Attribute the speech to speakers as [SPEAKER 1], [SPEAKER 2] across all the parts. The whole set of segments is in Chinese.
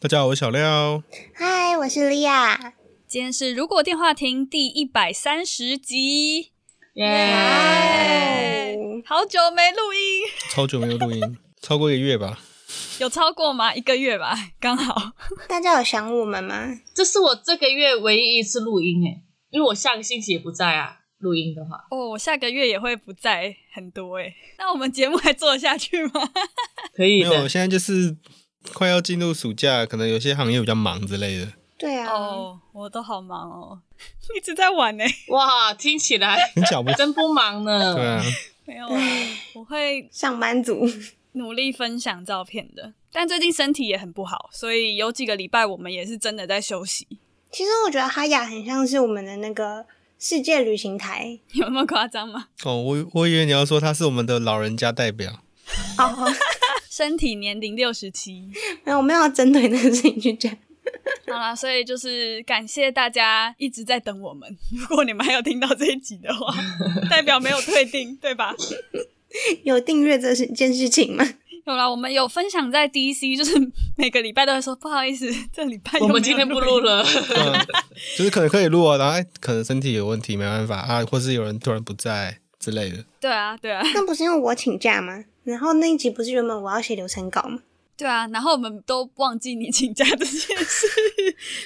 [SPEAKER 1] 大家好，我是小廖。
[SPEAKER 2] 嗨，我是莉亚。
[SPEAKER 3] 今天是《如果电话亭》第一百三十集，
[SPEAKER 4] 耶！
[SPEAKER 3] 好久没录音，
[SPEAKER 1] 超久没有录 音，超过一个月吧。
[SPEAKER 3] 有超过吗？一个月吧， 刚好。
[SPEAKER 2] 大家有想我们吗？
[SPEAKER 4] 这是我这个月唯一一次录音诶，因为我下个星期也不在啊。录音的话，
[SPEAKER 3] 哦，我下个月也会不在很多诶。那我们节目还做得下去吗？
[SPEAKER 4] 可以
[SPEAKER 1] 没有，
[SPEAKER 4] 的。
[SPEAKER 1] 现在就是快要进入暑假，可能有些行业比较忙之类的，
[SPEAKER 2] 对啊，
[SPEAKER 3] 哦，我都好忙哦， 一直在玩呢。
[SPEAKER 4] 哇，听起来
[SPEAKER 1] 很 巧不？
[SPEAKER 4] 真不忙呢。
[SPEAKER 1] 对啊，
[SPEAKER 3] 没有啊，我会
[SPEAKER 2] 上班族。
[SPEAKER 3] 努力分享照片的。但最近身体也很不好，所以有几个礼拜我们也是真的在休息，
[SPEAKER 2] 其实我觉得哈雅很像是我们的那个世界旅行台。
[SPEAKER 3] 有那么夸张吗？
[SPEAKER 1] 哦，我我以为你要说他是我们的老人家代表，
[SPEAKER 2] 哦，
[SPEAKER 3] 身体年龄六十七，
[SPEAKER 2] 没有，我没有要针对那个事情去讲。
[SPEAKER 3] 好啦，所以就是感谢大家一直在等我们。如果你们还有听到这一集的 话，代表没有退订，对吧？
[SPEAKER 2] 有订阅这是件事情吗？
[SPEAKER 3] 有啦，我们有分享在 DC，就是每个礼拜都会说不好意思，这礼拜又
[SPEAKER 4] 我
[SPEAKER 3] 没有
[SPEAKER 4] 们今天不录了，
[SPEAKER 1] 嗯，就是可能可以录啊，然后哎可能身体有问题，没办法啊，或是有人突然不在之类的。
[SPEAKER 3] 对啊，对啊，
[SPEAKER 2] 那不是因为我请假吗？然后那一集不是原本我要写流程稿吗？
[SPEAKER 3] 对啊。然后我们都忘记你请假这件事。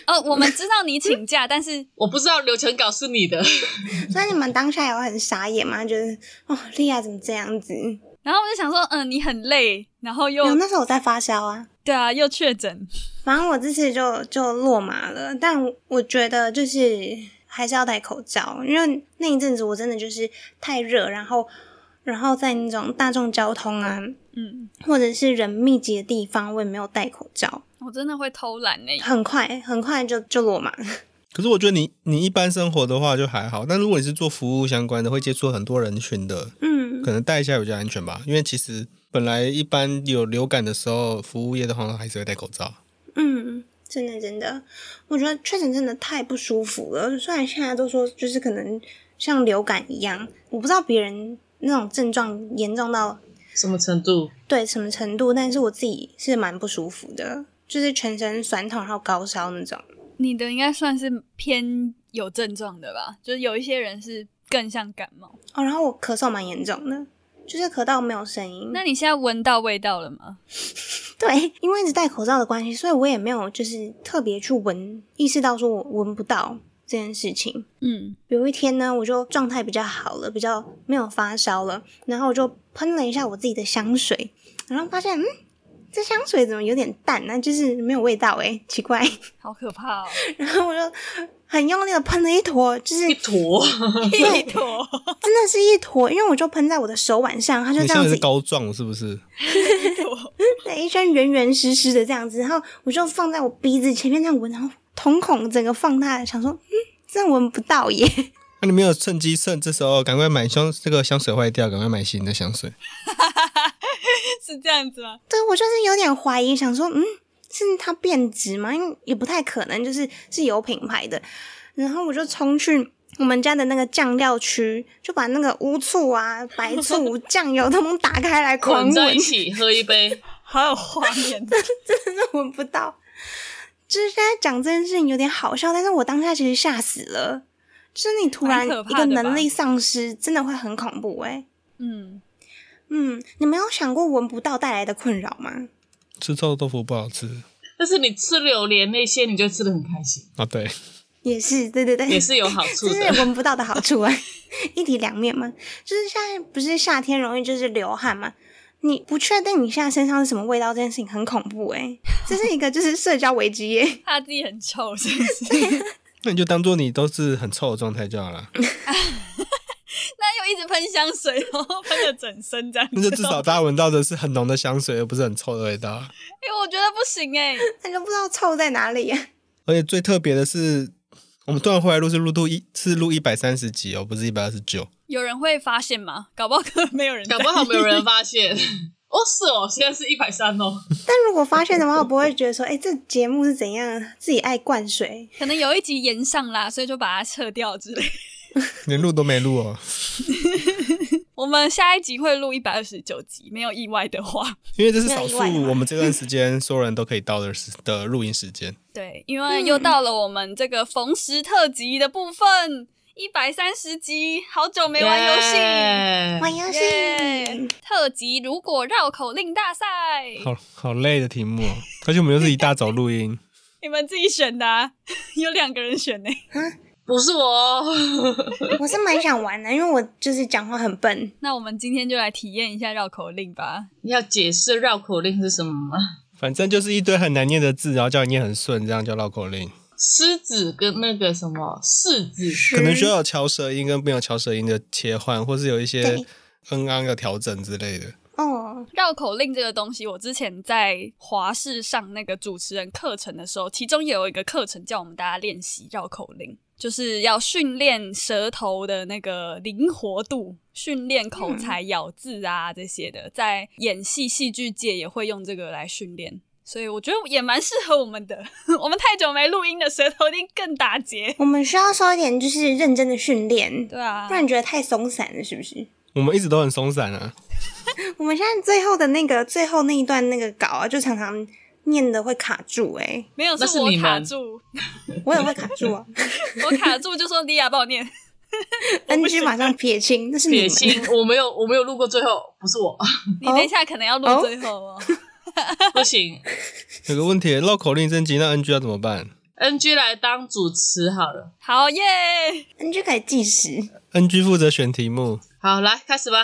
[SPEAKER 3] 哦，我们知道你请假，但是
[SPEAKER 4] 我不知道流程稿是你的，
[SPEAKER 2] 所以你们当下有很傻眼吗？觉得哦，莉亚怎么这样子？有
[SPEAKER 3] 然后我就想说，嗯，你很累，然后又
[SPEAKER 2] 那时候我在发烧啊，
[SPEAKER 3] 对啊，又确诊，
[SPEAKER 2] 反正我这次就就落马了。但我觉得就是还是要戴口罩，因为那一阵子我真的就是太热，然后然后在那种大众交通啊，
[SPEAKER 3] 嗯，
[SPEAKER 2] 或者是人密集的地方，我也没有戴口罩，
[SPEAKER 3] 我真的会偷懒呢、欸
[SPEAKER 2] 很快很快就就落马。
[SPEAKER 1] 可是我觉得你你一般生活的话就还好，但如果你是做服务相关的，会接触很多人群的，
[SPEAKER 2] 嗯，
[SPEAKER 1] 可能戴一下比较安全吧。因为其实本来一般有流感的时候，服务业的话还是会戴口罩。
[SPEAKER 2] 嗯，真的真的，我觉得确诊真的太不舒服了。虽然现在都说就是可能像流感一样，我不知道别人那种症状严重到
[SPEAKER 4] 什么程度？
[SPEAKER 2] 对什么程度，但是我自己是蛮不舒服的，就是全身酸痛，然后高烧那种。
[SPEAKER 3] 你的应该算是偏有症状的吧？就是有一些人是更像感冒。
[SPEAKER 2] 哦，然后我咳嗽蛮严重的，就是咳到没有声音。
[SPEAKER 3] 那你现在闻到味道了吗？
[SPEAKER 2] 对，因为一直戴口罩的关系，所以我也没有就是特别去闻，意识到说我闻不到这件事情。
[SPEAKER 3] 嗯，
[SPEAKER 2] 有一天呢，我就状态比较好了，比较没有发烧了，然后我就喷了一下我自己的香水，然后发现，嗯，这香水怎么有点淡呢、就是没有味道诶、奇怪。
[SPEAKER 3] 好可怕哦！
[SPEAKER 2] 然后我就很用力的喷了一坨，就是
[SPEAKER 4] 一坨，
[SPEAKER 2] 对，
[SPEAKER 3] 坨，
[SPEAKER 2] 真的是一坨，因为我就喷在我的手腕上，它就
[SPEAKER 1] 你
[SPEAKER 2] 这
[SPEAKER 1] 现
[SPEAKER 2] 样
[SPEAKER 1] 在
[SPEAKER 2] 子
[SPEAKER 1] 是高壮是不是？
[SPEAKER 2] 对，一圈圆圆实实的这样子，然后我就放在我鼻子前面这样闻，然后瞳孔整个放大，想说，嗯，真的闻不到耶。
[SPEAKER 1] 那你没有趁机趁这时候赶快买香，这个香水坏掉，赶快买新的香水。
[SPEAKER 3] 是这样子吗？
[SPEAKER 2] 对我就是有点怀疑，想说，嗯，是它变质吗？因为也不太可能，就是是有品牌的。然后我就冲去我们家的那个酱料区，就把那个乌醋啊、白醋、酱油通通打开来狂闻，
[SPEAKER 4] 混在一
[SPEAKER 2] 真
[SPEAKER 4] 起喝一杯，
[SPEAKER 3] 好有画面，
[SPEAKER 2] 的闻不到。就是现在讲这件事情有点好笑，但是我当下其实吓死了。就是你突然
[SPEAKER 3] 蛮可
[SPEAKER 2] 一
[SPEAKER 3] 怕
[SPEAKER 2] 个
[SPEAKER 3] 的吧
[SPEAKER 2] 能力丧失，真的会很恐怖哎、
[SPEAKER 3] 嗯，
[SPEAKER 2] 嗯，你没有想过闻不到带来的困扰吗？
[SPEAKER 1] 吃臭豆腐不好吃
[SPEAKER 4] 但是你吃榴莲那些，你就吃的很开心，
[SPEAKER 1] 啊，对，
[SPEAKER 2] 也是，对对对，
[SPEAKER 4] 也是有好 处
[SPEAKER 2] 这
[SPEAKER 4] 的。
[SPEAKER 2] 是闻不到的好处啊， 一体两面嘛。就是现在不是夏天容易就是流汗嘛，你不确定你现在身上是什么味道，这件事情很恐怖诶、这是一个就是 社交危机耶、
[SPEAKER 3] 怕自己很臭是不 是？
[SPEAKER 1] 那你就当做你都是很臭的状态就 好了，
[SPEAKER 3] 那又一直喷香水，然后喷的整身这样子，
[SPEAKER 1] 那就 至少大家闻到的是很浓的香水，而不是很臭的味道。啊
[SPEAKER 3] 因为我觉得不行哎、
[SPEAKER 2] 那就不知道臭在哪里、啊。
[SPEAKER 1] 而且最特别的是，我们突然回来录是录度一，是录一百三十集哦，不是一百二十九。
[SPEAKER 3] 有人会发现吗？搞不好根本没有人在
[SPEAKER 4] 搞
[SPEAKER 3] 意，
[SPEAKER 4] 不好没有人发现。 哦，是哦，现在是一百三哦。
[SPEAKER 2] 但如果发现的话，我不会觉得说，哎、这节目是怎样，啊自己爱灌水。
[SPEAKER 3] 可能有一集延上啦，所以就把它撤掉之类的。
[SPEAKER 1] 连录都没 录哦，
[SPEAKER 3] 我们下一集会录一百二十九集，没有意外的话。
[SPEAKER 1] 因为这是少
[SPEAKER 2] 没有意外
[SPEAKER 1] 数
[SPEAKER 2] 吗
[SPEAKER 1] 我们这段时间所有人都可以到的时的录音时 间。
[SPEAKER 3] 对，因为又到了我们这个逢十特辑的部分，一百三十集，好久没玩游戏。
[SPEAKER 2] 玩游戏
[SPEAKER 3] 耶特辑如果绕口令大赛，
[SPEAKER 1] 好好累的题目哦，而且我们又是一大早录音，
[SPEAKER 3] 你们自己选的、啊， 有两个人选呢、
[SPEAKER 4] 不是我哦，
[SPEAKER 2] 我是蛮想玩的，因为我就是讲话很笨。
[SPEAKER 3] 那我们今天就来体验一下绕口令吧。
[SPEAKER 4] 你要解释绕口令是什么吗？
[SPEAKER 1] 反正就是一堆很难念的字，然后叫你念很顺，这样叫绕口令。
[SPEAKER 4] 狮子跟那个什么柿子，
[SPEAKER 1] 可能需要有翘舌音跟没有翘舌音的切换，或是有一些
[SPEAKER 2] 对
[SPEAKER 1] 嗯啊的调整之类的。
[SPEAKER 2] 哦，
[SPEAKER 3] 绕口令这个东西，我之前在华视上那个主持人课程的时候，其中也有一个课程叫我们大家练习绕口令，就是要训练舌头的那个灵活度，训练口才、咬字啊这些的，在演戏戏剧界也会用这个来训练。所以我觉得也蛮适合我们的， 我们太久没录音了，舌头一定更打结。
[SPEAKER 2] 我们需要说一点就是认真的训练，
[SPEAKER 3] 对啊
[SPEAKER 2] 不，然你觉得太松散了，是不是？
[SPEAKER 1] 我们一直都很松散啊，
[SPEAKER 2] 我们现在最后的那个最后那一段那个稿啊，就常常念的会卡住、欸，
[SPEAKER 3] 没有
[SPEAKER 4] 那是
[SPEAKER 3] 我
[SPEAKER 4] 你们
[SPEAKER 3] 卡住，
[SPEAKER 2] 我也会卡住啊
[SPEAKER 3] 我卡住就说莉亚帮我念。
[SPEAKER 2] ，NG 马上撇清，那是你
[SPEAKER 4] 撇
[SPEAKER 2] 们。
[SPEAKER 4] 清， 我没有，我没有录过最后，不是我，
[SPEAKER 3] 你
[SPEAKER 4] 哦
[SPEAKER 3] 等一下可能要录最后哦。
[SPEAKER 4] 不行
[SPEAKER 1] 有个问题，绕口令升级，那 NG 要怎么办
[SPEAKER 4] ，NG 来当主持好了。
[SPEAKER 3] 好耶！
[SPEAKER 2] NG 可以计时，
[SPEAKER 1] ？NG 负责选题目，
[SPEAKER 4] 好，来开始吧。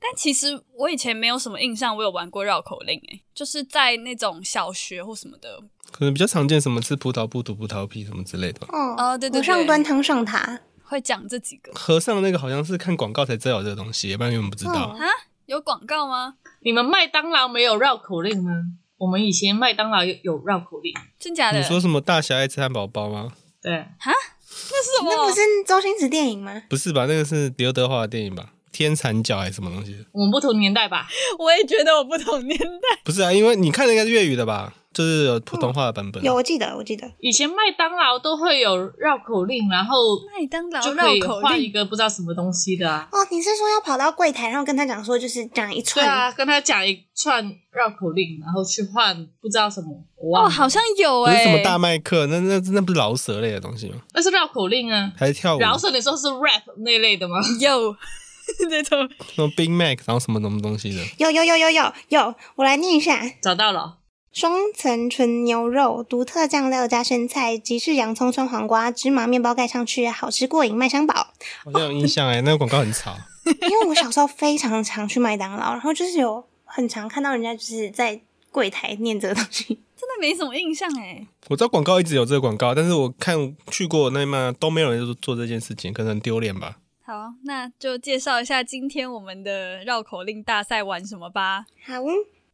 [SPEAKER 3] 但其实我以前没有什么印象，我有玩过绕口令诶、欸就是在那种小学或什么的。
[SPEAKER 1] 可能比较常见什么吃葡萄不吐葡萄皮什么之类的吧。
[SPEAKER 2] 哦
[SPEAKER 3] 哦对对对
[SPEAKER 2] 我上端汤上塔，
[SPEAKER 3] 会讲这几个
[SPEAKER 1] 和尚那个好像是看广告才知道有这个东西，要不然原本不知道。
[SPEAKER 2] 哦
[SPEAKER 3] 啊？有广告吗？
[SPEAKER 4] 你们麦当劳没有绕口令吗？我们以前麦当劳有有绕口令，
[SPEAKER 3] 真假的？
[SPEAKER 1] 你说什么大侠爱吃汉堡包吗？
[SPEAKER 4] 对，
[SPEAKER 3] 那是什么？
[SPEAKER 2] 那不是周星驰电影吗？
[SPEAKER 1] 不是吧？那个是刘德华的电影吧？天蚕角还是什么东西？
[SPEAKER 4] 我们不同年代吧？
[SPEAKER 3] 我也觉得我不同年代。
[SPEAKER 1] 不是啊，因为你看的应该是粤语的吧？就是有普通话的版本、啊
[SPEAKER 2] 有，我记得，我记得。
[SPEAKER 4] 以前麦当劳都会有绕口令，然后
[SPEAKER 3] 麦当劳
[SPEAKER 4] 就可
[SPEAKER 3] 绕
[SPEAKER 4] 以
[SPEAKER 3] 口
[SPEAKER 4] 画一
[SPEAKER 3] 令，
[SPEAKER 4] 个不知道什么东西的啊。
[SPEAKER 2] 哦，你是说要跑到柜台，然后跟他讲说，就是讲一
[SPEAKER 4] 对
[SPEAKER 2] 串？
[SPEAKER 4] 啊，跟他讲一串绕口令，然后去换不知道什么，我忘
[SPEAKER 3] 哦，
[SPEAKER 4] 了。
[SPEAKER 3] 好像有欸
[SPEAKER 1] 不是
[SPEAKER 3] 诶、
[SPEAKER 1] 什么大麦克，那那那不是饶舌类的东西吗？
[SPEAKER 4] 那是绕口令啊。
[SPEAKER 1] 还是跳舞？
[SPEAKER 4] 饶舌你说是 rap 那类的吗？
[SPEAKER 3] 有 那种
[SPEAKER 1] 什么 Big Mac，然后什么什么东西的？
[SPEAKER 2] 有有有有有有，我来念一下：
[SPEAKER 4] 找到了，
[SPEAKER 2] 双层纯牛肉，独特酱料加生菜，吉士洋葱、酸黄瓜、芝麻面包盖上去，好吃过瘾，麦香堡。
[SPEAKER 1] 好像有印象哎、那个广告很吵。
[SPEAKER 2] 因为我小时候非常常去麦当劳，然后就是有很常看到人家就是在柜台念这个东西。
[SPEAKER 3] 真的没什么印象欸诶、
[SPEAKER 1] 我知道广告一直有这个广告，但是我看去过那嘛都没有人做做这件事情，可能很丢脸吧。
[SPEAKER 3] 好，那就介绍一下今天我们的绕口令大赛玩什么吧。
[SPEAKER 2] 好，哦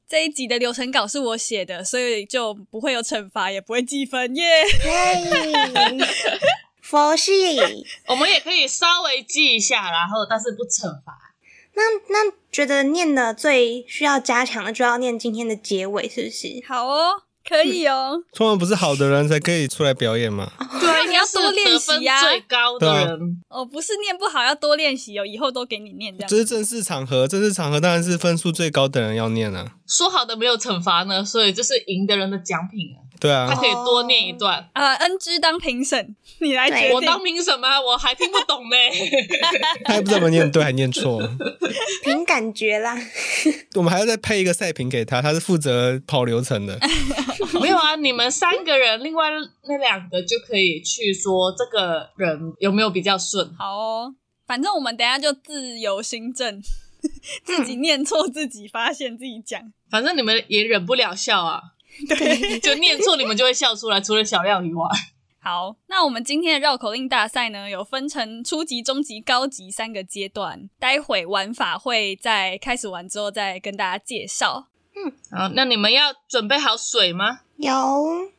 [SPEAKER 3] 这一集的流程稿是我写的，所以就不会有惩罚，也不会记分耶。
[SPEAKER 2] 嘿，佛系。
[SPEAKER 4] 我们也可以稍微记一下，然后但是不惩罚。
[SPEAKER 2] 那那觉得念的最需要加强的，就要念今天的结尾，是不是？
[SPEAKER 3] 好哦，可以哦。
[SPEAKER 1] 通常不是好的人才可以出来表演嘛？
[SPEAKER 4] 对啊，
[SPEAKER 3] 你要多练
[SPEAKER 4] 是得分
[SPEAKER 3] 习啊
[SPEAKER 4] 最高的人，
[SPEAKER 3] 哦，不是念不好，要多练习哦，以后都给你念这样
[SPEAKER 1] 这。是正式场合，正式场合当然是分数最高的人要念啊。
[SPEAKER 4] 说好的没有惩罚呢，所以这是赢的人的奖品啊。
[SPEAKER 1] 对
[SPEAKER 4] 他
[SPEAKER 1] 啊，
[SPEAKER 4] 可以多念一段。
[SPEAKER 3] 啊、恩之当评审，你来决
[SPEAKER 2] 对
[SPEAKER 3] 定。
[SPEAKER 4] 我当评审吗？啊我还听不懂呢。
[SPEAKER 1] 他也不知道我们念对还念错，
[SPEAKER 2] 凭感觉啦。
[SPEAKER 1] 我们还要再配一个赛评给他，他是负责跑流程的。
[SPEAKER 4] 没有啊，你们三个人，另外那两个就可以去说这个人有没有比较顺。
[SPEAKER 3] 好哦，反正我们等一下就自由新政， 自己念错，自己发现，自己讲。
[SPEAKER 4] 反正你们也忍不了笑啊，
[SPEAKER 2] 对，
[SPEAKER 4] 就念错你们就会笑出来，除了小料以外。
[SPEAKER 3] 好，那我们今天的绕口令大赛呢，有分成初级、中级、高级三个阶段。待会玩法会在开始玩之后再跟大家介绍。
[SPEAKER 4] 好，那你们要准备好水吗？
[SPEAKER 2] 有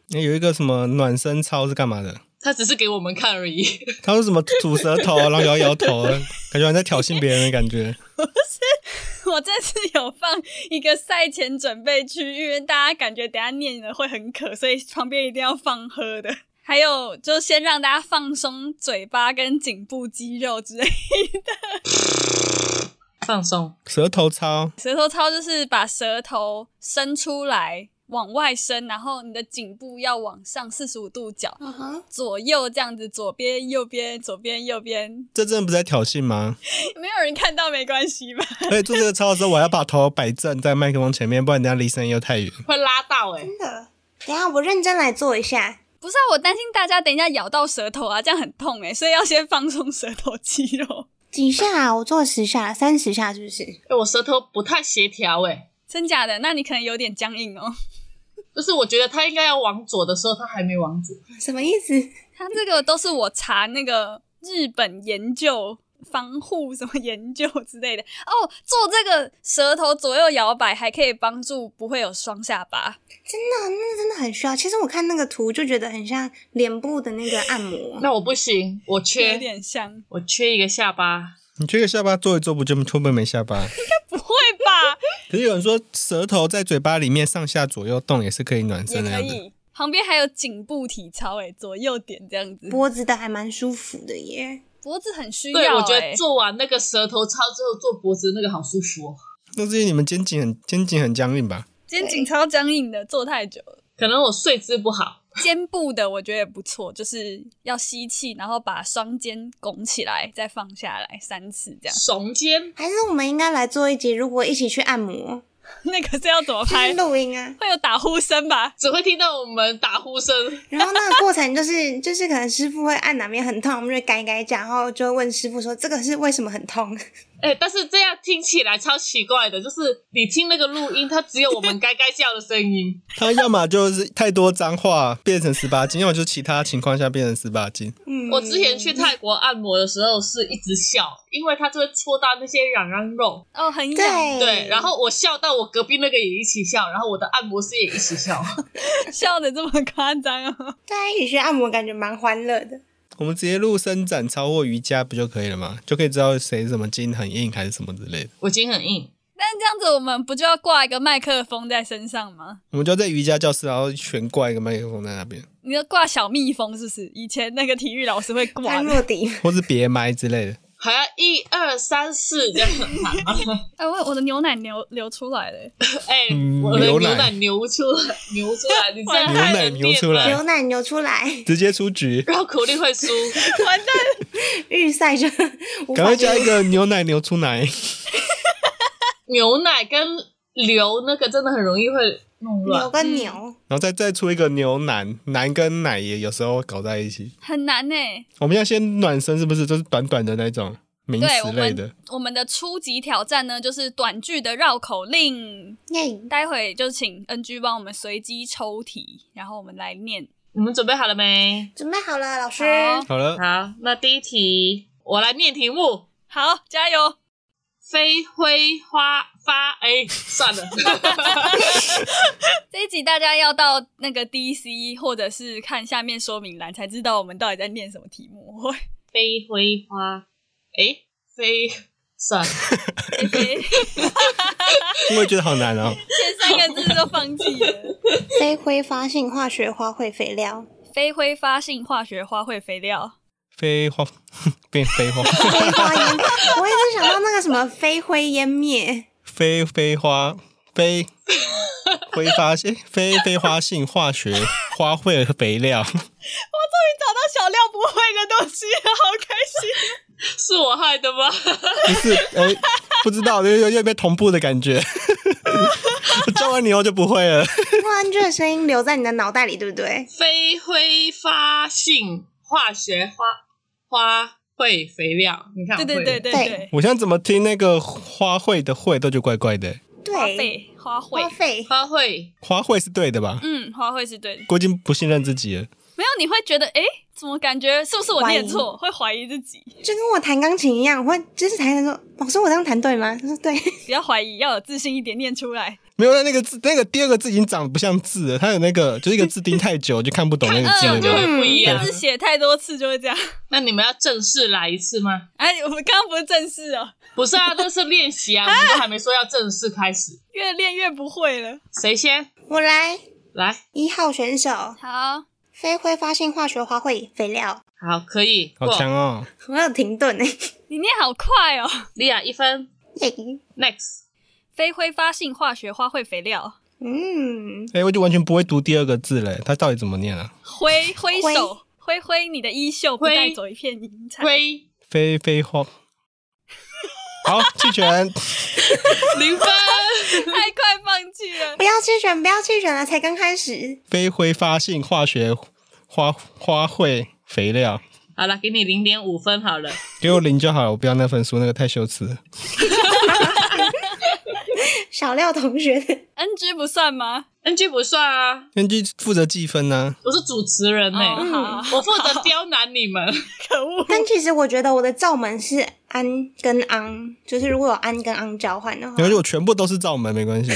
[SPEAKER 1] 那有一个什么暖身操是干嘛的？
[SPEAKER 4] 他只是给我们看而已。
[SPEAKER 1] 他说什么吐舌头，啊 然后摇摇头，感觉好像在挑衅别人的感觉。
[SPEAKER 3] 我这次有放一个赛前准备区域，因为大家感觉等一下念了会很渴，所以旁边一定要放喝的。还有，就先让大家放松嘴巴跟颈部肌肉之类。
[SPEAKER 4] 放松，
[SPEAKER 1] 舌头操，
[SPEAKER 3] 舌头操就是把舌头伸出来，往外伸，然后你的颈部要往上四十五度角，
[SPEAKER 2] 啊哈，
[SPEAKER 3] 左右这样子，左边右边，左边右边，
[SPEAKER 1] 这真的不是在挑衅吗？
[SPEAKER 3] 没有人看到没关系吧？
[SPEAKER 1] 所以做这个操的时候，我要把头摆正在麦克风前面，不然等一下离声音又太远。
[SPEAKER 4] 会拉到哎、
[SPEAKER 2] 真的。等一下我认真来做一下。
[SPEAKER 3] 不是啊，我担心大家等一下咬到舌头啊，这样很痛诶、所以要先放松舌头肌肉，
[SPEAKER 2] 几下啊？我做十下，三十下是不是？
[SPEAKER 4] 欸我舌头不太协调哎，
[SPEAKER 3] 真假的？那你可能有点僵硬哦。
[SPEAKER 4] 就是我觉得他应该要往左的时候，他还没往左。
[SPEAKER 2] 什么意思？
[SPEAKER 3] 它这个都是我查那个日本研究防护什么研究之类的哦，做这个舌头左右摇摆还可以帮助不会有双下巴。
[SPEAKER 2] 真的，那真的很需要。其实我看那个图就觉得很像脸部的那个按摩。
[SPEAKER 4] 那我不行，我
[SPEAKER 3] 有
[SPEAKER 4] 缺
[SPEAKER 3] 点像，
[SPEAKER 4] 我缺一个下巴，
[SPEAKER 1] 你缺个下巴做一做，不就会不会没下巴？
[SPEAKER 3] 不会 吧？
[SPEAKER 1] 可是有人说，舌头在嘴巴里面上下左右动也是可以暖
[SPEAKER 3] 也
[SPEAKER 1] 身的
[SPEAKER 3] 可
[SPEAKER 1] 样子。
[SPEAKER 3] 以。旁边还有颈部体操、欸，左右点这样子，
[SPEAKER 2] 脖子的还蛮舒服的耶，
[SPEAKER 3] 脖子很需要、欸。
[SPEAKER 4] 对我觉得做完那个舌头操之后，做脖子那个好舒服、哦。
[SPEAKER 1] 那是因为你们肩颈很肩颈很僵硬吧？
[SPEAKER 3] 肩颈超僵硬的，坐太久了。
[SPEAKER 4] 可能我睡姿不好，
[SPEAKER 3] 肩部的我觉得也不错，就是要吸气，然后把双肩拱起来，再放下来三次这样。
[SPEAKER 4] 耸肩
[SPEAKER 2] 还是我们应该来做一集？如果一起去按摩，
[SPEAKER 3] 那个是要怎么
[SPEAKER 2] 就
[SPEAKER 3] 拍
[SPEAKER 2] 是？录音啊。
[SPEAKER 3] 会有打呼声吧？
[SPEAKER 4] 只会听到我们打呼声。
[SPEAKER 2] 然后那个过程就是，就是可能师傅会按哪边很痛，我们就会改一改讲，然后就会问师傅说这个是为什么很痛。
[SPEAKER 4] 哎、但是这样听起来超奇怪的，就是你听那个录音，它只有我们该该叫的声音。
[SPEAKER 1] 他要么就是太多脏话变成十八禁，要么就是其他情况下变成十八禁。
[SPEAKER 2] 嗯，
[SPEAKER 4] 我之前去泰国按摩的时候是一直笑，因为它就会戳到那些痒痒肉。
[SPEAKER 3] 哦，很
[SPEAKER 2] 对
[SPEAKER 3] 痒，
[SPEAKER 4] 对，然后我笑到我隔壁那个也一起笑，然后我的按摩师也一起笑。
[SPEAKER 3] 笑的这么夸张 哦。
[SPEAKER 2] 大家一起去按摩，感觉蛮欢乐的。
[SPEAKER 1] 我们直接录伸展操或瑜伽不就可以了吗？就可以知道谁什么筋很硬还是什么之类的。
[SPEAKER 4] 我筋很硬，
[SPEAKER 3] 但是这样子，我们不就要挂一个麦克风在身上吗？
[SPEAKER 1] 我们就在瑜伽教室，然后悬挂一个麦克风在那边，
[SPEAKER 3] 你要挂小蜜蜂是不是？以前那个体育老师会挂
[SPEAKER 2] 潘
[SPEAKER 3] 的。
[SPEAKER 2] 若迪，
[SPEAKER 1] 或是别麦之类的。
[SPEAKER 4] 还要一二三四这样喊吗。
[SPEAKER 3] 哎，我我的牛奶流流出来了，
[SPEAKER 4] 哎、
[SPEAKER 1] 嗯
[SPEAKER 4] 我的
[SPEAKER 1] 牛
[SPEAKER 4] 牛
[SPEAKER 1] 奶
[SPEAKER 4] 奶流出来，流出来，你这样
[SPEAKER 1] 牛
[SPEAKER 4] 太
[SPEAKER 1] 奶
[SPEAKER 4] 能
[SPEAKER 1] 流
[SPEAKER 4] 念
[SPEAKER 1] 出来
[SPEAKER 4] 了。
[SPEAKER 2] 牛奶流出来，
[SPEAKER 1] 直接出局，
[SPEAKER 4] 绕口令会 输，
[SPEAKER 3] 完蛋了！
[SPEAKER 2] 预赛就无
[SPEAKER 1] 赶
[SPEAKER 2] 法
[SPEAKER 1] 快加一个牛奶牛出奶，
[SPEAKER 4] 牛奶跟流那个真的很容易会弄
[SPEAKER 2] 牛
[SPEAKER 4] 乱。
[SPEAKER 2] 跟牛，
[SPEAKER 1] 然后再再出一个牛腩，腩跟奶也有时候搞在一起。
[SPEAKER 3] 很难呢、
[SPEAKER 1] 我们要先暖身，是不是？就是短短的那种名
[SPEAKER 3] 对
[SPEAKER 1] 词
[SPEAKER 3] 我
[SPEAKER 1] 类的
[SPEAKER 3] 们，我们的初级挑战呢，就是短句的绕口令。
[SPEAKER 2] 耶！
[SPEAKER 3] 待会就请 NG 帮我们随机抽题，然后我们来念。
[SPEAKER 4] 你们准备好了没？
[SPEAKER 2] 准备好了，老师。
[SPEAKER 3] 好
[SPEAKER 1] 好了，
[SPEAKER 4] 好，那第一题我来念题目：
[SPEAKER 3] 好，加油！
[SPEAKER 4] 飞灰花发。哎，算了，
[SPEAKER 3] 这一集大家要到那个 DC 或者是看下面说明栏才知道我们到底在念什么题目。 我会
[SPEAKER 4] 飞灰花，哎，飞，算了，
[SPEAKER 3] 嘿嘿
[SPEAKER 1] 因为觉得好 难哦。
[SPEAKER 3] 前三个字就放弃 了。
[SPEAKER 2] 非挥发性化学花卉肥料，
[SPEAKER 3] 非挥发性化学花卉肥料，
[SPEAKER 1] 飞花变飞花，
[SPEAKER 2] 非花烟，我一直想到那个什么飞灰烟灭，
[SPEAKER 1] 飞飞花飞挥发性飞飞花性化学 花卉肥料，
[SPEAKER 3] 找到小廖不会的东西，好开心！
[SPEAKER 4] 是我害的吗？
[SPEAKER 1] 不是哎、不知道有有有没有同步的感觉？ 我教完你以后就不会了。
[SPEAKER 2] 突然这个声音留在你的脑袋里，对不对？
[SPEAKER 4] 非挥发性化学花花卉肥料，你 看，
[SPEAKER 3] 对对对
[SPEAKER 4] 会
[SPEAKER 3] 对对，
[SPEAKER 1] 我现在怎么听那个花卉的卉都觉得怪怪的，
[SPEAKER 3] 花
[SPEAKER 2] 对，
[SPEAKER 3] 卉花
[SPEAKER 2] 花
[SPEAKER 3] 卉，
[SPEAKER 2] 费
[SPEAKER 4] 花卉
[SPEAKER 1] 花卉是对的吧？
[SPEAKER 3] 嗯，花卉是对的。
[SPEAKER 1] 郭晶不信任自己了，
[SPEAKER 3] 没有，你会觉得，哎，怎么感觉是不是我念错？会怀疑自己，
[SPEAKER 2] 就跟我弹钢 琴一样，我会就是弹一弹说，老师我这样弹对吗？他说对，
[SPEAKER 3] 不要怀疑，要有自信一点，念出来。
[SPEAKER 1] 没有，那那个字，那个第二个字已经长得不像字了，它有那个就是一个字盯太久就看不懂那个字
[SPEAKER 3] 看
[SPEAKER 1] 了
[SPEAKER 3] 二
[SPEAKER 4] 就嗯会
[SPEAKER 1] 嘛。
[SPEAKER 4] 不一
[SPEAKER 3] 一
[SPEAKER 4] 样
[SPEAKER 3] 个。字写太多次就会这样。
[SPEAKER 4] 那你们要正式来一次吗？
[SPEAKER 3] 哎，我们刚刚不是正式哦，
[SPEAKER 4] 不是啊，那是练习啊，我们都还没说要正式开始。
[SPEAKER 3] 越练越不会了。
[SPEAKER 4] 谁先
[SPEAKER 2] 我来
[SPEAKER 4] 来？
[SPEAKER 2] 一号选手，
[SPEAKER 3] 好，
[SPEAKER 2] 非挥发性化学花卉肥料。
[SPEAKER 4] 好，可以
[SPEAKER 1] 好
[SPEAKER 4] 过。
[SPEAKER 1] 强哦！
[SPEAKER 2] 我要停顿哎、
[SPEAKER 3] 你念好快哦。
[SPEAKER 4] 莉亚一分
[SPEAKER 2] 耶，
[SPEAKER 4] ，next。
[SPEAKER 3] 非挥发性化学花卉肥料，
[SPEAKER 2] 嗯，
[SPEAKER 1] 哎、我就完全不会读第二个字嘞，它到底怎么念啊？
[SPEAKER 3] 挥挥手，挥挥你的衣袖，不
[SPEAKER 4] 挥
[SPEAKER 3] 带走一片云彩。
[SPEAKER 4] 灰
[SPEAKER 1] 飞飞 花。好，弃权。
[SPEAKER 4] 零分，
[SPEAKER 3] 太快放弃了。
[SPEAKER 2] 不要弃选，不要弃选了，才刚开始。
[SPEAKER 1] 非挥发性化学花花卉肥料，
[SPEAKER 4] 好了，给你零点五分好了。
[SPEAKER 1] 给我零就好了，我不要那分数，那个太羞耻了。
[SPEAKER 2] 小廖同学的
[SPEAKER 3] NG 不算吗？
[SPEAKER 4] NG 不算啊，
[SPEAKER 1] 根据负责计分啊呢、
[SPEAKER 4] 我是主持人呢、
[SPEAKER 3] 哦好
[SPEAKER 4] 我负责刁难你们。
[SPEAKER 3] 可恶！
[SPEAKER 2] 但其实我觉得我的罩门是安跟昂，就是如果有安跟昂交换
[SPEAKER 3] 嗯
[SPEAKER 2] 的话，
[SPEAKER 1] 而且我全部都是照门，没关系。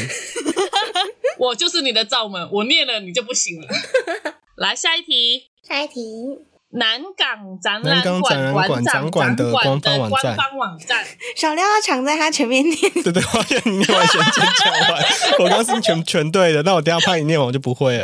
[SPEAKER 4] 我就是你的罩门，我念了你就不 行了。来下一题，
[SPEAKER 2] 下一题，
[SPEAKER 4] 南港展
[SPEAKER 1] 南
[SPEAKER 4] 览
[SPEAKER 1] 港展
[SPEAKER 4] 馆
[SPEAKER 1] 览馆
[SPEAKER 4] 馆
[SPEAKER 1] 展馆的
[SPEAKER 4] 的官
[SPEAKER 1] 官方网站
[SPEAKER 4] 方网站，
[SPEAKER 2] 小廖要抢在他前面 念，
[SPEAKER 1] 对对，我要你念完全先讲完。我刚是全全对的，但我等一下怕你念完我就不会了。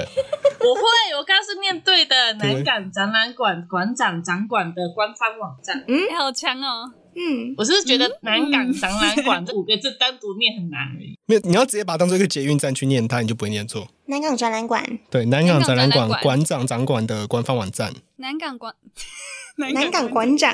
[SPEAKER 4] 我会，我刚刚是念对的。
[SPEAKER 1] 对
[SPEAKER 4] 南港展览馆馆长展馆的官方网站，
[SPEAKER 3] 你好强哦！
[SPEAKER 2] 嗯，
[SPEAKER 4] 我是觉得南港展览馆这五个字单独念很难而已。
[SPEAKER 1] 没有，你要直接把它当做一个捷运站去念它，你就不会念错。
[SPEAKER 2] 南港展览馆，
[SPEAKER 1] 对，南港展览
[SPEAKER 3] 南港展览
[SPEAKER 1] 馆
[SPEAKER 3] 馆
[SPEAKER 1] 馆长展馆的官方网站，
[SPEAKER 3] 南港馆，
[SPEAKER 2] 南港馆长，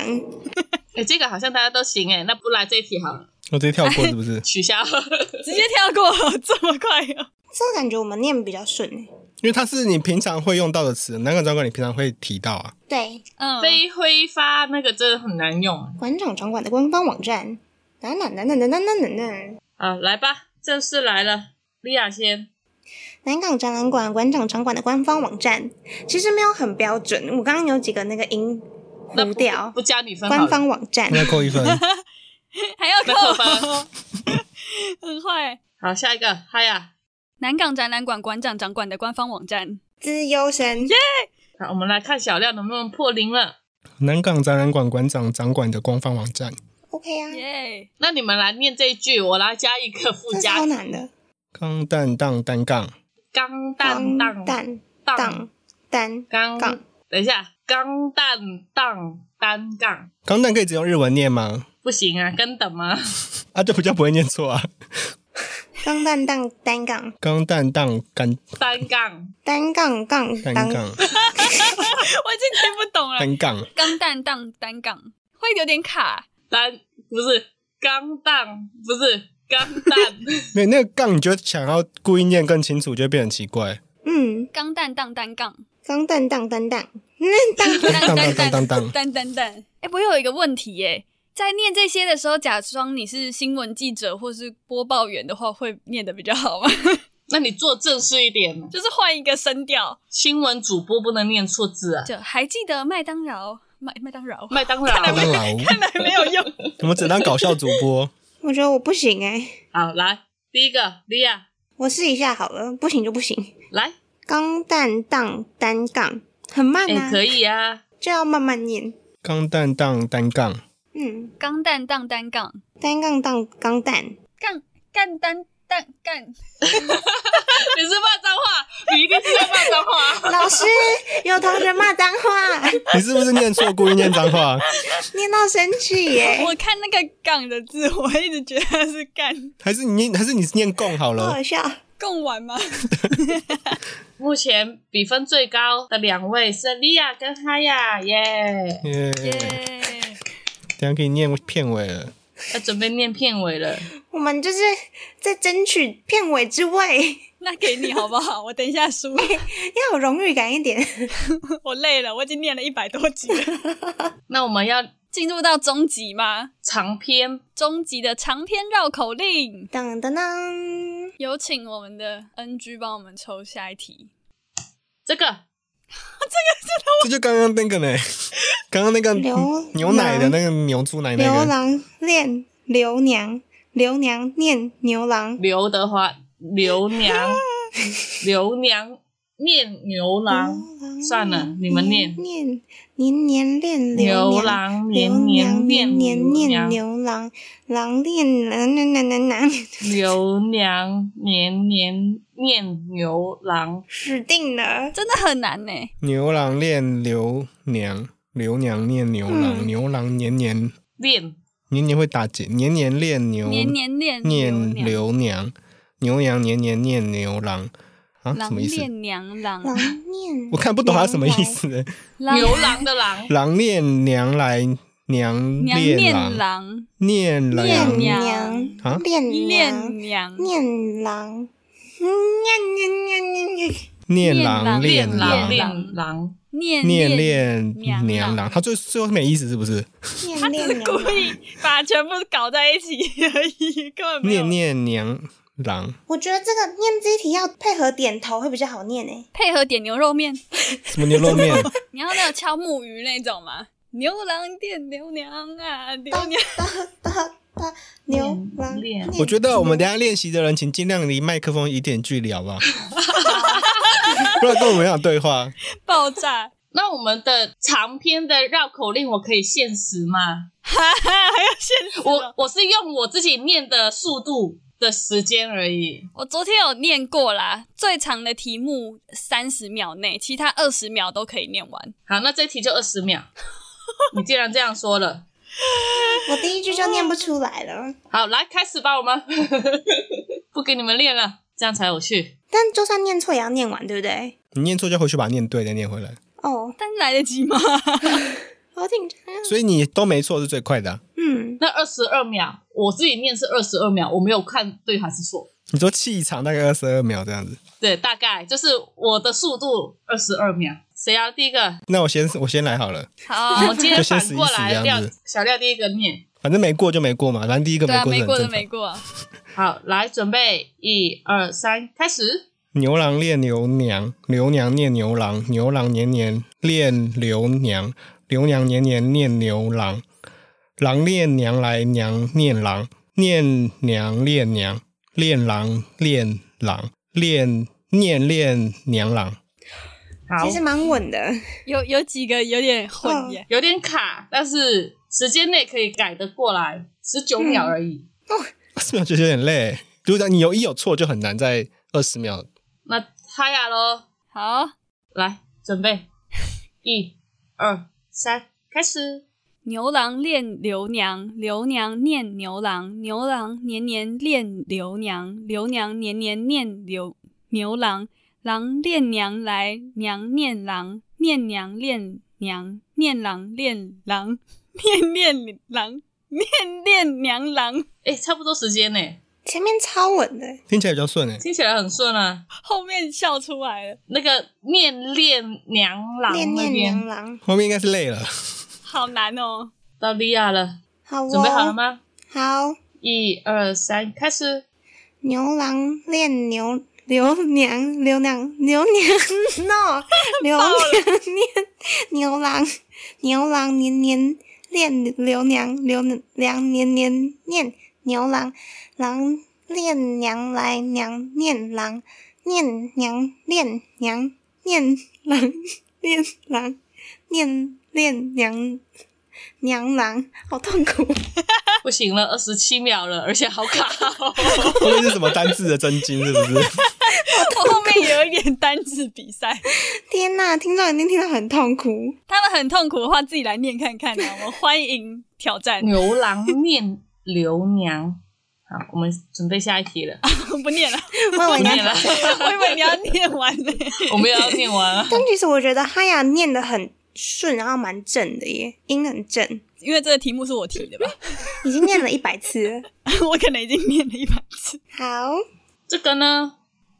[SPEAKER 4] 哎，这个好像大家都行哎，那不来这一题好了，？
[SPEAKER 1] 我直接跳过是 不是
[SPEAKER 4] 取 消。
[SPEAKER 3] 直接跳过，这么快哦！
[SPEAKER 2] 这个感觉我们念比较顺欸
[SPEAKER 1] 因为它是你平常会用到的词，南港展馆你平常会提到啊。
[SPEAKER 2] 对，
[SPEAKER 3] 嗯，
[SPEAKER 4] 非挥发那个真的很难用
[SPEAKER 2] 馆长掌管的官方网站，等等等等等等等等。
[SPEAKER 4] 啊！来吧，正式来了，莉亚先。
[SPEAKER 2] 南港展览馆馆长掌管的官方网站其实没有很标准，我刚刚有几个那个音
[SPEAKER 4] 那
[SPEAKER 2] 糊
[SPEAKER 4] 不
[SPEAKER 2] 掉
[SPEAKER 4] 不。加你分好了
[SPEAKER 2] 官方网站，
[SPEAKER 1] 那扣一分，
[SPEAKER 3] 还要
[SPEAKER 4] 那扣分
[SPEAKER 3] 扣，很坏。
[SPEAKER 4] 好，下一个，嗨呀！
[SPEAKER 3] 南港展览馆馆长掌管的官方网站，
[SPEAKER 2] 资优生，
[SPEAKER 4] 好，我们来看小亮能不能破零了。
[SPEAKER 1] 南港展览馆馆长展馆的官方网站，
[SPEAKER 2] OK 啊，
[SPEAKER 3] 耶！
[SPEAKER 4] 那你们来念这一句，我来加一个附
[SPEAKER 2] 这
[SPEAKER 4] 加
[SPEAKER 2] 超难的。
[SPEAKER 1] 钢蛋荡单杠
[SPEAKER 4] 钢蛋
[SPEAKER 2] 当
[SPEAKER 4] 当
[SPEAKER 2] 蛋
[SPEAKER 4] 当
[SPEAKER 2] 当蛋
[SPEAKER 4] 钢
[SPEAKER 2] 杠，
[SPEAKER 4] 等一下，钢蛋当单杠
[SPEAKER 1] 钢蛋可以只用日文念吗？
[SPEAKER 4] 不行啊，跟等吗？
[SPEAKER 1] 啊，就比较不会念错啊。
[SPEAKER 2] 钢蛋当单杠
[SPEAKER 1] 钢蛋荡杆
[SPEAKER 4] 单杠
[SPEAKER 2] 单杠杠
[SPEAKER 1] 单
[SPEAKER 2] 当
[SPEAKER 1] 杠
[SPEAKER 3] 我已经听不懂了。
[SPEAKER 1] 单杠，
[SPEAKER 3] 钢蛋当单杠会有点卡，
[SPEAKER 4] 单不是钢蛋，不是钢蛋，
[SPEAKER 1] 没有那个杠，你就想要故意念更清楚，就会变得很奇怪。
[SPEAKER 2] 嗯
[SPEAKER 3] 钢蛋当单杠，
[SPEAKER 2] 钢蛋当单 当嗯当
[SPEAKER 3] 当
[SPEAKER 1] 当当当当当
[SPEAKER 3] 当当当。哎、我有一个问题耶、在念这些的时候，假装你是新闻记者或是播报员的话，会念的比较好吗？
[SPEAKER 4] 那你做正式一点，
[SPEAKER 3] 就是换一个声调。
[SPEAKER 4] 新闻主播不能念错字啊。
[SPEAKER 3] 就还记得麦当劳，麦麦当劳，
[SPEAKER 4] 麦当
[SPEAKER 1] 麦
[SPEAKER 4] 劳，
[SPEAKER 1] 当劳，
[SPEAKER 3] 没有用。
[SPEAKER 1] 我们只当搞笑主播。
[SPEAKER 2] 我觉得我不行哎、
[SPEAKER 4] 好来，第一个莉亚
[SPEAKER 2] 我试一下好了，不行就不行。
[SPEAKER 4] 来，
[SPEAKER 2] 钢蛋当单杠很慢
[SPEAKER 4] 哎、
[SPEAKER 1] 欸
[SPEAKER 2] 啊，
[SPEAKER 4] 可以啊，
[SPEAKER 2] 就要慢慢念。
[SPEAKER 1] 钢蛋荡单杠，
[SPEAKER 2] 嗯，
[SPEAKER 3] 钢蛋当单杠，
[SPEAKER 2] 单杠当钢蛋，
[SPEAKER 3] 杠干单蛋干，
[SPEAKER 4] 你是骂脏话，你一定是在骂脏话。
[SPEAKER 2] 老 师有同学骂脏话，
[SPEAKER 1] 你是不是念错故意念脏话？
[SPEAKER 2] 念到生气 耶、
[SPEAKER 3] 我看那个“杠”的字，我一直觉得是干。
[SPEAKER 1] 还是你念还是你念共好
[SPEAKER 2] 好
[SPEAKER 1] 了？
[SPEAKER 2] 好笑。
[SPEAKER 3] 贡丸吗？
[SPEAKER 4] 目前比分最高的两位是莉亚跟哈雅，耶！
[SPEAKER 1] 耶、
[SPEAKER 3] 耶、
[SPEAKER 1] 等一下可以念片尾了。
[SPEAKER 4] 要准备念片尾了，
[SPEAKER 2] 我们就是在争取片尾之位，
[SPEAKER 3] 那给你好不好？我等一下输，
[SPEAKER 2] 要有荣誉感一点。
[SPEAKER 3] 我累了，我已经念了一百多集了。
[SPEAKER 4] 那我们要
[SPEAKER 3] 进入到终极吗？
[SPEAKER 4] 长篇
[SPEAKER 3] 终极的长篇绕口令，
[SPEAKER 2] 噔噔噔，
[SPEAKER 3] 有请我们的 NG 帮我们抽下一题。
[SPEAKER 4] 这个
[SPEAKER 1] 这就刚刚那个呢，刚刚那个
[SPEAKER 2] 牛
[SPEAKER 1] 嗯牛奶的那个牛猪奶那
[SPEAKER 2] 牛
[SPEAKER 1] 个，
[SPEAKER 2] 郎恋刘娘，刘娘念牛郎，
[SPEAKER 4] 刘德华刘娘，刘娘念牛郎，算了你们念
[SPEAKER 2] 念年年恋
[SPEAKER 4] 牛
[SPEAKER 2] 牛郎，
[SPEAKER 4] 郎
[SPEAKER 2] 牛
[SPEAKER 4] 年年
[SPEAKER 2] 娘
[SPEAKER 4] 念
[SPEAKER 2] 年念
[SPEAKER 4] 娘，
[SPEAKER 2] 牛郎，郎恋郎郎郎郎郎，
[SPEAKER 4] 刘娘年年念牛郎，
[SPEAKER 2] 死定了！
[SPEAKER 3] 真的很难呢、
[SPEAKER 1] 牛郎恋刘娘，刘娘念牛郎，
[SPEAKER 2] 嗯
[SPEAKER 1] 牛郎年年
[SPEAKER 4] 恋
[SPEAKER 1] 年年会打结，年年恋牛，
[SPEAKER 3] 年年恋
[SPEAKER 1] 念
[SPEAKER 3] 牛
[SPEAKER 1] 刘娘，牛羊年年念牛郎啊，
[SPEAKER 3] 娘
[SPEAKER 1] 什
[SPEAKER 3] 狼
[SPEAKER 1] 么意思？
[SPEAKER 3] 恋娘郎
[SPEAKER 2] 郎，念
[SPEAKER 1] 我看不懂它什么意思。
[SPEAKER 3] 狼
[SPEAKER 4] 牛郎的郎，
[SPEAKER 1] 郎恋娘来，娘
[SPEAKER 3] 娘念
[SPEAKER 1] 恋郎，
[SPEAKER 3] 郎，
[SPEAKER 1] 念
[SPEAKER 2] 念
[SPEAKER 1] 郎
[SPEAKER 3] 娘
[SPEAKER 2] 娘
[SPEAKER 1] 啊
[SPEAKER 2] 恋
[SPEAKER 3] 恋
[SPEAKER 2] 娘
[SPEAKER 3] 娘，
[SPEAKER 2] 念郎，念念念念念，
[SPEAKER 1] 念郎
[SPEAKER 3] 恋
[SPEAKER 4] 恋
[SPEAKER 1] 恋郎
[SPEAKER 4] 郎
[SPEAKER 3] 恋
[SPEAKER 4] 恋郎，
[SPEAKER 3] 念
[SPEAKER 1] 念
[SPEAKER 3] 恋
[SPEAKER 1] 恋娘
[SPEAKER 3] 娘
[SPEAKER 1] 郎，它最最后是没意思是不是？
[SPEAKER 2] 念恋娘
[SPEAKER 3] 故意把全部搞在一起而已， 根本没有
[SPEAKER 1] 念念娘郎，
[SPEAKER 2] 我觉得这个念这一题要配合点头会比较好念欸诶。
[SPEAKER 3] 配合点牛肉面。
[SPEAKER 1] 什么牛肉面？
[SPEAKER 3] 你要那个敲木鱼那种吗？牛郎店牛娘啊，牛 娘
[SPEAKER 2] 牛郎
[SPEAKER 4] 恋
[SPEAKER 1] 我觉得我们等一下练习的人，请尽量离麦克风一点距离，好不 好？不然跟我们想对话。
[SPEAKER 3] 爆炸，
[SPEAKER 4] 那我们的长篇的绕口令，我可以限时吗？
[SPEAKER 3] 哈哈，还要现实哦、
[SPEAKER 4] 我我是用我自己念的速度的时间而已。
[SPEAKER 3] 我昨天有念过啦，最长的题目三十秒内，其他二十秒都可以念完。
[SPEAKER 4] 好，那这题就二十秒。你既然这样说了，
[SPEAKER 2] 我第一句就念不出来了。
[SPEAKER 4] 好，来开始吧，我们不给你们练了，这样才有趣。
[SPEAKER 2] 但就算念错也要念完，对不对？
[SPEAKER 1] 你念错就回去把它念对，再念回来。
[SPEAKER 2] 哦，
[SPEAKER 3] 但是来得及吗？
[SPEAKER 2] 好紧张啊。
[SPEAKER 1] 所以你都没错是最快的啊、
[SPEAKER 2] 嗯，
[SPEAKER 4] 那二十二秒，我自己念是二十二秒，我没有看对还是错。
[SPEAKER 1] 你说气场大概二十二秒这样子。
[SPEAKER 4] 对，大概就是我的速度二十二秒。谁要第一个？
[SPEAKER 1] 那我先我先来 好了，
[SPEAKER 3] 好，
[SPEAKER 4] 我今天
[SPEAKER 1] 就先
[SPEAKER 4] 反
[SPEAKER 1] 试一
[SPEAKER 4] 过
[SPEAKER 1] 试
[SPEAKER 4] 来
[SPEAKER 1] 这样
[SPEAKER 4] 廖
[SPEAKER 1] 子
[SPEAKER 4] 小廖第一个念。
[SPEAKER 1] 反正没过就没过嘛，反正第一个
[SPEAKER 3] 对啊，
[SPEAKER 1] 过是
[SPEAKER 3] 没
[SPEAKER 1] 很
[SPEAKER 3] 过的
[SPEAKER 1] 正
[SPEAKER 3] 没
[SPEAKER 1] 常。
[SPEAKER 3] 过啊。
[SPEAKER 4] 好，来准备，一二三，开始。
[SPEAKER 1] 牛郎恋牛娘，牛娘念牛郎，牛郎年年恋刘娘，刘娘年年念牛郎，郎恋娘来娘念郎，念娘恋娘，恋郎恋郎，恋念恋娘郎。
[SPEAKER 4] 好
[SPEAKER 2] 其，实蛮稳的。
[SPEAKER 3] 有有几个有点
[SPEAKER 1] 嗯
[SPEAKER 3] 混耶，
[SPEAKER 4] 有点卡，但是时间内可以改得过来，十
[SPEAKER 1] 嗯
[SPEAKER 4] 九秒而已。
[SPEAKER 1] 十秒就有点累，如果你有一有错就很难在二十秒。
[SPEAKER 4] 那哈雅喽，
[SPEAKER 3] 好，
[SPEAKER 4] 来准备，一、二、三，开始。
[SPEAKER 3] 牛郎恋刘娘，刘娘念牛郎，牛郎年年恋刘娘，刘娘年年念刘牛郎，郎恋娘来，娘念郎，念娘恋娘，念郎恋郎，念恋郎，念恋娘郎，
[SPEAKER 4] 哎，差不多时间呢，
[SPEAKER 2] 前面超稳的，
[SPEAKER 1] 听起来比较顺诶、欸
[SPEAKER 4] 听起来很顺啊。
[SPEAKER 3] 后面笑出来了，
[SPEAKER 4] 那个念恋娘郎
[SPEAKER 2] 念
[SPEAKER 4] 那
[SPEAKER 2] 念娘
[SPEAKER 4] 边
[SPEAKER 2] 郎，
[SPEAKER 1] 后面应该是累 了。
[SPEAKER 3] 好难哦。
[SPEAKER 4] 到利亚了，
[SPEAKER 2] 好哦，
[SPEAKER 4] 准备好了吗？
[SPEAKER 2] 好，
[SPEAKER 4] 一二三，开始。
[SPEAKER 2] 牛郎恋牛刘娘刘娘牛娘，no，刘娘念牛郎，牛郎年年恋刘娘，刘娘年年念牛郎，郎恋娘来娘念郎，念娘恋娘念郎念郎念恋娘娘郎，好痛苦。
[SPEAKER 4] 不行了，二十七秒了，而且好 卡哦、
[SPEAKER 1] 后面是什么单字的真经是不是？
[SPEAKER 3] 我后面有一点单字比赛，
[SPEAKER 2] 天呐，听众一定听到很痛苦。
[SPEAKER 3] 他们很痛苦的话，自己来念看看啊。我们欢迎挑战，
[SPEAKER 4] 牛郎念刘娘。好，我们准备下一题了，
[SPEAKER 3] 不念了。
[SPEAKER 2] 啊我以为
[SPEAKER 4] 不
[SPEAKER 2] 你要
[SPEAKER 4] 念了。
[SPEAKER 3] 我以为你要念完呢。
[SPEAKER 4] 我们也要念完了。
[SPEAKER 2] 但其实我觉得哈雅念的很顺，然后蛮正的耶，音很正，
[SPEAKER 3] 因为这个题目是我提的吧，
[SPEAKER 2] 已经念了一百次了。
[SPEAKER 3] 我可能已经念了一百次。
[SPEAKER 2] 好，
[SPEAKER 4] 这个 呢，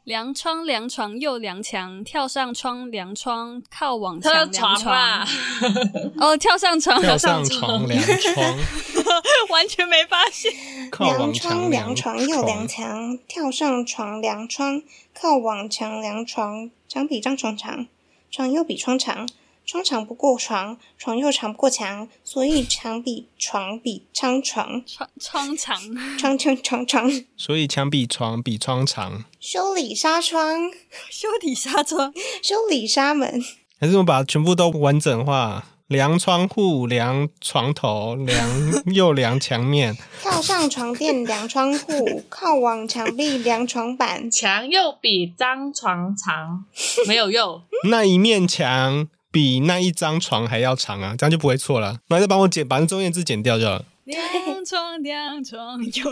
[SPEAKER 3] 凉窗，凉床又凉墙，跳上窗，凉窗靠往
[SPEAKER 4] 跳到
[SPEAKER 3] 墙，
[SPEAKER 4] 床啊
[SPEAKER 3] 凉
[SPEAKER 4] 啦
[SPEAKER 3] 床。，啊哦，跳上床，
[SPEAKER 1] 跳上床，凉床，
[SPEAKER 3] 完全没发现。
[SPEAKER 1] 靠
[SPEAKER 2] 凉
[SPEAKER 1] 往
[SPEAKER 2] 窗
[SPEAKER 1] 墙，
[SPEAKER 2] 凉床又凉
[SPEAKER 1] 床。
[SPEAKER 2] 墙，跳上床凉窗，靠往墙凉床，墙比张床长，床又比窗长，窗长不过床，床又长不过墙，所以墙比床比张床，
[SPEAKER 3] 窗窗长，
[SPEAKER 2] 窗窗窗窗。
[SPEAKER 1] 所以墙比床比窗长，
[SPEAKER 2] 修理纱窗，
[SPEAKER 3] 修理纱窗，
[SPEAKER 2] 修理纱门，
[SPEAKER 1] 还是我们把它全部都完整化？量窗户，量床头，量又量墙面，
[SPEAKER 2] 跳上床垫量窗户，靠往墙壁量床板，
[SPEAKER 4] 墙又比张床长，没有用。
[SPEAKER 1] 那一面墙比那一张床还要长啊，这样就不会错了。然后再帮我剪，把那中间字剪掉就好了。
[SPEAKER 3] 两床两床有，